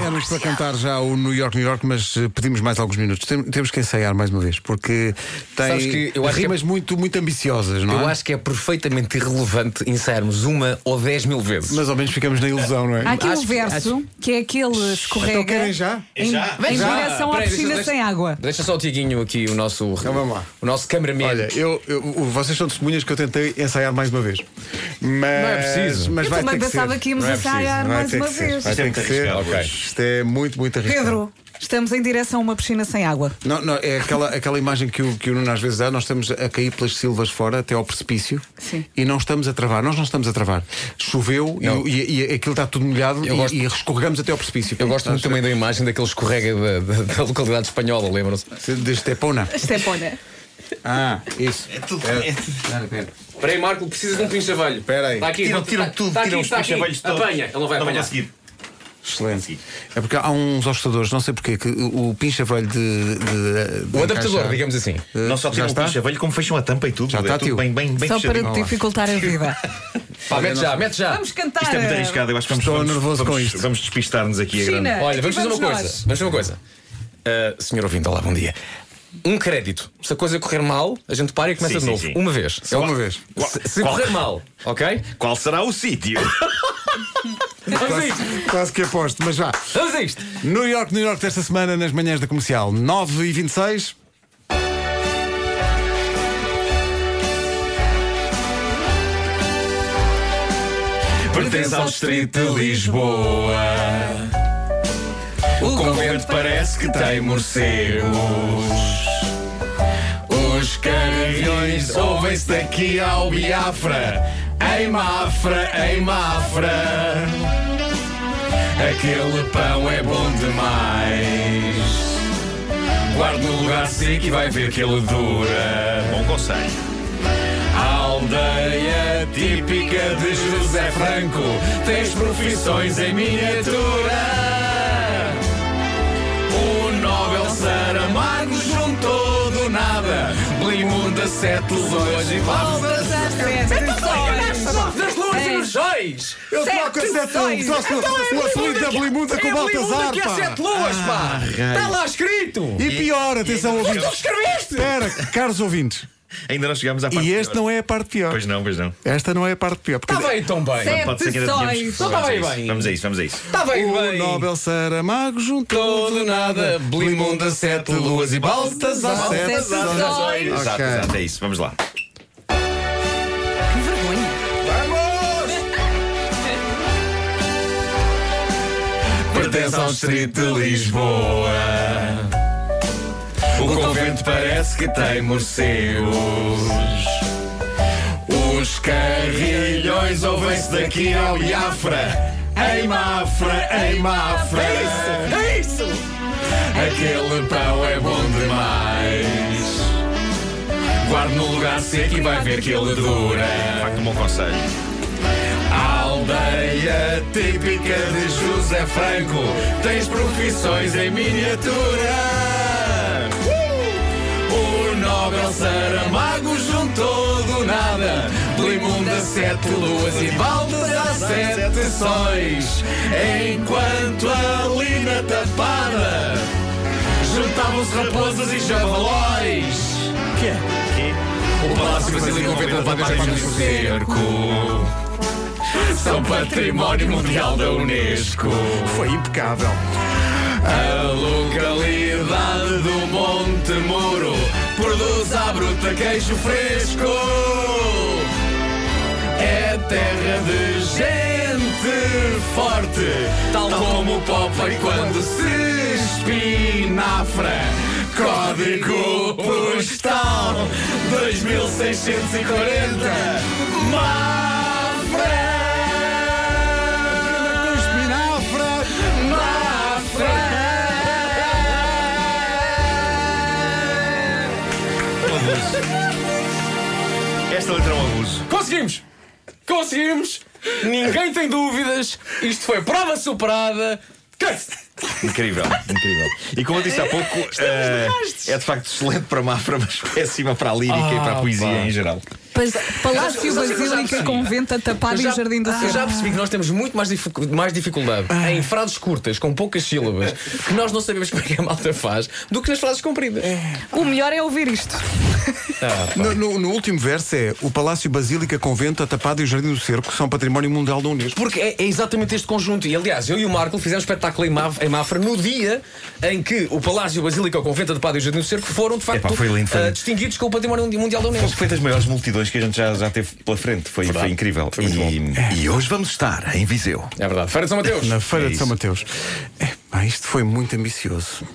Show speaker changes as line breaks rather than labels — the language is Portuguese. Éramos para cantar já o New York, New York, mas eh, pedimos mais alguns minutos. Tem- temos que ensaiar mais uma vez, porque
Sabes
tem
que eu acho que
rimas muito, muito ambiciosas, não
Eu
é?
acho que é perfeitamente irrelevante ensaiarmos uma ou dez mil vezes.
Mas ao menos ficamos na ilusão, não é?
Há aqui
Acho que-
um verso que é aquele escorrega.
Então querem já?
Em,
Já?
em
Já.
direção à
Peraí,
piscina
deixa-
sem água.
Deixa só o Tiaguinho aqui, o nosso,
Então vamos lá.
o nosso cameraman.
Olha, eu, eu- vocês são testemunhas que eu tentei ensaiar mais uma vez. Mas, não é
preciso.
Mas
Eu
vai
também
ter que
pensava
ser.
que íamos
Não é
ensaiar
preciso. vai
mais
ter
uma
que ser.
vez.
Vai
Isto é
ter que
muito
ser.
arriscado, ok.
Isto é muito, muito arriscado.
Pedro, estamos em direção a uma piscina sem água.
Não, não, é aquela, aquela imagem que o, que o Nuno às vezes dá, nós estamos a cair pelas silvas fora até ao precipício
Sim.
e não estamos a travar, nós não estamos a travar. Choveu e,
Não.
e- e aquilo está tudo molhado
Eu
e,
gosto-
e escorregamos até ao precipício.
Eu gosto muito também da imagem daquele escorrega da, da- da localidade espanhola, lembram-se?
Deste Tepona.
Estepona.
Ah, isso.
É tudo.
É.
é-
Espera, espera.
Espera aí, Marco, precisa de um pinchavalho.
Espera aí. Está
tá, aqui,
Tiram, tiram tudo, tiram os pinchavelhos todos. vai conseguir.
Excelente. É porque há uns assustadores, não sei porquê, que o o pincha-velho de, de- de
O adaptador,
encaixar,
digamos assim.
eh,
Não só
já
tiram o
está?
pinchavelho, como fecham a tampa e tudo.
Já
é
está,
tudo
tio.
bem, bem, bem
Só para
fechadinho.
te dificultar a vida.
Pá, mete já, mete já.
Vamos cantar.
Isto é muito arriscado, eu acho que vamos,
Estou
vamos,
nervoso com
vamos,
isto.
Vamos despistar-nos aqui a
China.
grande.
Olha, vamos
E
fazer uma
vamos
coisa.
nós?
Vamos fazer uma coisa. Ah, senhor ouvinte, olá, bom dia. Um crédito. Se a coisa correr mal, a gente para e começa
Sim,
de
sim,
novo.
sim.
Uma vez.
Só É uma vez.
Se, se
Qual-
correr mal, ok?
Qual será o sítio?
Vamos a isto.
Quase que aposto, mas vá.
Vamos a isto.
New York, New York desta semana nas manhãs da comercial 9 e 26.
Pertence ao distrito de Lisboa. O convento parece que tem morcegos. Os caraviões ouvem-se daqui ao Biafra. Em Mafra, em Mafra. Aquele pão é bom demais. Guarde no lugar seco e vai ver que ele dura. Bom conselho. Aldeia típica de José Franco, tens profissões em miniatura. O Nobel Saramago juntou do nada, Blimunda, sete leões e valdas.
Das luas e dos jóis.
Eu
Sete
troco a sete luas.
soluções.
Troco o
Então
apelido
é
da Blimuda com o Baltazar.
que é
Ah, pá. Ah,
sete luas, pá. Está lá escrito.
E pior, atenção, ouvintes.
Tu escreveste.
Espera, caros ouvintes.
Ainda não chegámos à parte.
E este não é É a parte pior.
Pois não, pois não.
Esta não é a parte pior. Porque
Está Tá bem tão bem.
Sete
Pode ser que ainda
sóis.
tenhamos.
Só Então vai
Vamos a isso,
bem.
Vamos a isso, vamos a isso.
Está bem,
o
bem.
Nobel Saramago juntou
Todo nada. Blimunda, sete luas e
Baltazar.
Baltazar.
Sete
Baltazar.
soluções.
Exato,
Ok.
exato, é isso. Vamos lá.
Que vergonha.
pertence ao distrito de Lisboa. O convento parece que tem morcegos. Os carrilhões ouvem-se daqui ao Biafra. Em Mafra, em Mafra. É isso, é isso. Aquele pão é bom demais. Guarde no lugar seco e vai ver que ele dura. Facto, um bom conselho. Aldeia típica de José Franco, tens profissões em miniatura. Uh! O Nobel Saramago juntou do nada, Blimunda sete luas e baldas a sete sóis. Enquanto ali na tapada juntavam-se raposas e jabalóis. é? O Palácio Brasileiro convida para no cerco. São Património Mundial da Unesco.
Foi impecável.
A localidade do Monte Muro produz à bruta queijo fresco. É terra de gente forte, tal como o Popeye quando se espinafra. Código postal 2640 Mafra.
Espinafra.
Esta letra é um abuso.
Conseguimos! Conseguimos! Ninguém tem dúvidas! Isto foi prova superada! Cance!
Incrível, incrível. E como eu disse há pouco, eh, é de facto excelente para a Mafra, mas péssima para a lírica e para a poesia em geral.
Pa-
Eu
Palácio
já- eu já- eu já
Basílica,
percebi.
Convento, a Tapada
Eu
e
já-
o Jardim do
eu
Céu.
já percebi que nós temos muito mais, dificu- mais dificuldade
Ah.
em frases curtas, com poucas sílabas, que nós não sabemos como é que a malta faz, do que nas frases compridas. Ah,
O melhor é ouvir isto.
No, no- no último verso é o Palácio Basílica, Convento, a Tapada e o Jardim do Cerco são património mundial da Unesco.
Porque é, é exatamente este conjunto. E aliás, eu e o Marco fizemos espetáculo em, Mav- em Mafra no dia em que o Palácio Basílica, o Convento de Padre e o Jardim do Cerco foram, de facto,
Epá, foi lindo, foi
ah,
lindo.
distinguidos com o Património Mundial da Unesco.
Foi das maiores multidões que a gente já, já teve pela frente. Foi, foi incrível. e, e hoje vamos estar em Viseu.
É verdade. Feira de São Mateus.
Na Feira
É
de São
isso.
Mateus. É, pá, isto foi muito ambicioso.